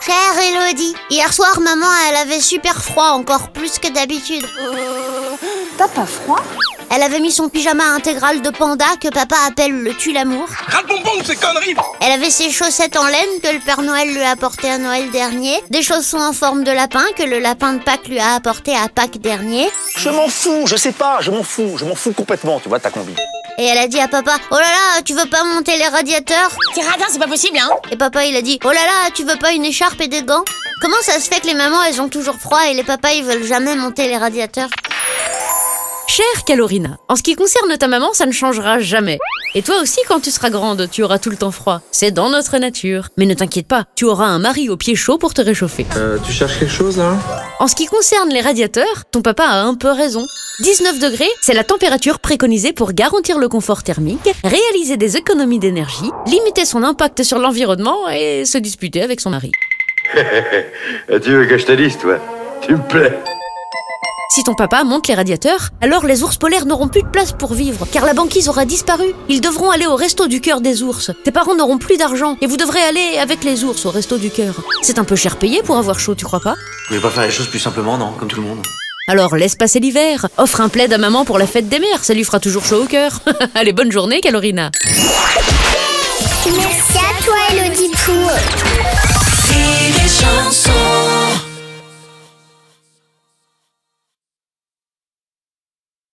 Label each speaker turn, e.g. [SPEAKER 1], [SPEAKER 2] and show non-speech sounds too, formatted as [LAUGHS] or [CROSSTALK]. [SPEAKER 1] Chère Elodie, hier soir, maman, elle avait super froid, encore plus que d'habitude.
[SPEAKER 2] Euh, T'as pas froid
[SPEAKER 1] Elle avait mis son pyjama intégral de panda que papa appelle le tue-l'amour.
[SPEAKER 3] Râle bonbon de ces conneries
[SPEAKER 1] Elle avait ses chaussettes en laine que le Père Noël lui a apportées à Noël dernier, des chaussons en forme de lapin que le lapin de Pâques lui a apporté à Pâques dernier.
[SPEAKER 4] Je m'en fous, je sais pas, je m'en fous, je m'en fous complètement, tu vois, ta combi.
[SPEAKER 1] Et elle a dit à papa, oh là là, tu veux pas monter les radiateurs
[SPEAKER 2] C'est radin, c'est pas possible, hein
[SPEAKER 1] Et papa, il a dit, oh là là, tu veux pas une écharpe et des gants Comment ça se fait que les mamans, elles ont toujours froid et les papas, ils veulent jamais monter les radiateurs
[SPEAKER 5] Chère Calorina, en ce qui concerne ta maman, ça ne changera jamais. Et toi aussi, quand tu seras grande, tu auras tout le temps froid. C'est dans notre nature. Mais ne t'inquiète pas, tu auras un mari au pied chaud pour te réchauffer.
[SPEAKER 6] Euh, tu cherches quelque chose là
[SPEAKER 5] En ce qui concerne les radiateurs, ton papa a un peu raison. 19 degrés, c'est la température préconisée pour garantir le confort thermique, réaliser des économies d'énergie, limiter son impact sur l'environnement et se disputer avec
[SPEAKER 7] [LAUGHS]
[SPEAKER 5] son mari.
[SPEAKER 7] Tu veux que je te dise, toi Tu me plais
[SPEAKER 5] Si ton papa monte les radiateurs, alors les ours polaires n'auront plus de place pour vivre, car la banquise aura disparu. Ils devront aller au resto du cœur des ours. Tes parents n'auront plus d'argent, et vous devrez aller avec les ours au resto du cœur. C'est un peu cher payé pour avoir chaud, tu crois pas
[SPEAKER 4] Vous voulez pas faire les choses plus simplement, non Comme tout le monde.
[SPEAKER 5] Alors laisse passer l'hiver, offre un plaid à maman pour la fête des mères, ça lui fera toujours chaud au cœur. [LAUGHS] Allez, bonne journée, Calorina
[SPEAKER 8] Merci à toi, Elodie Pou.
[SPEAKER 9] et les chansons.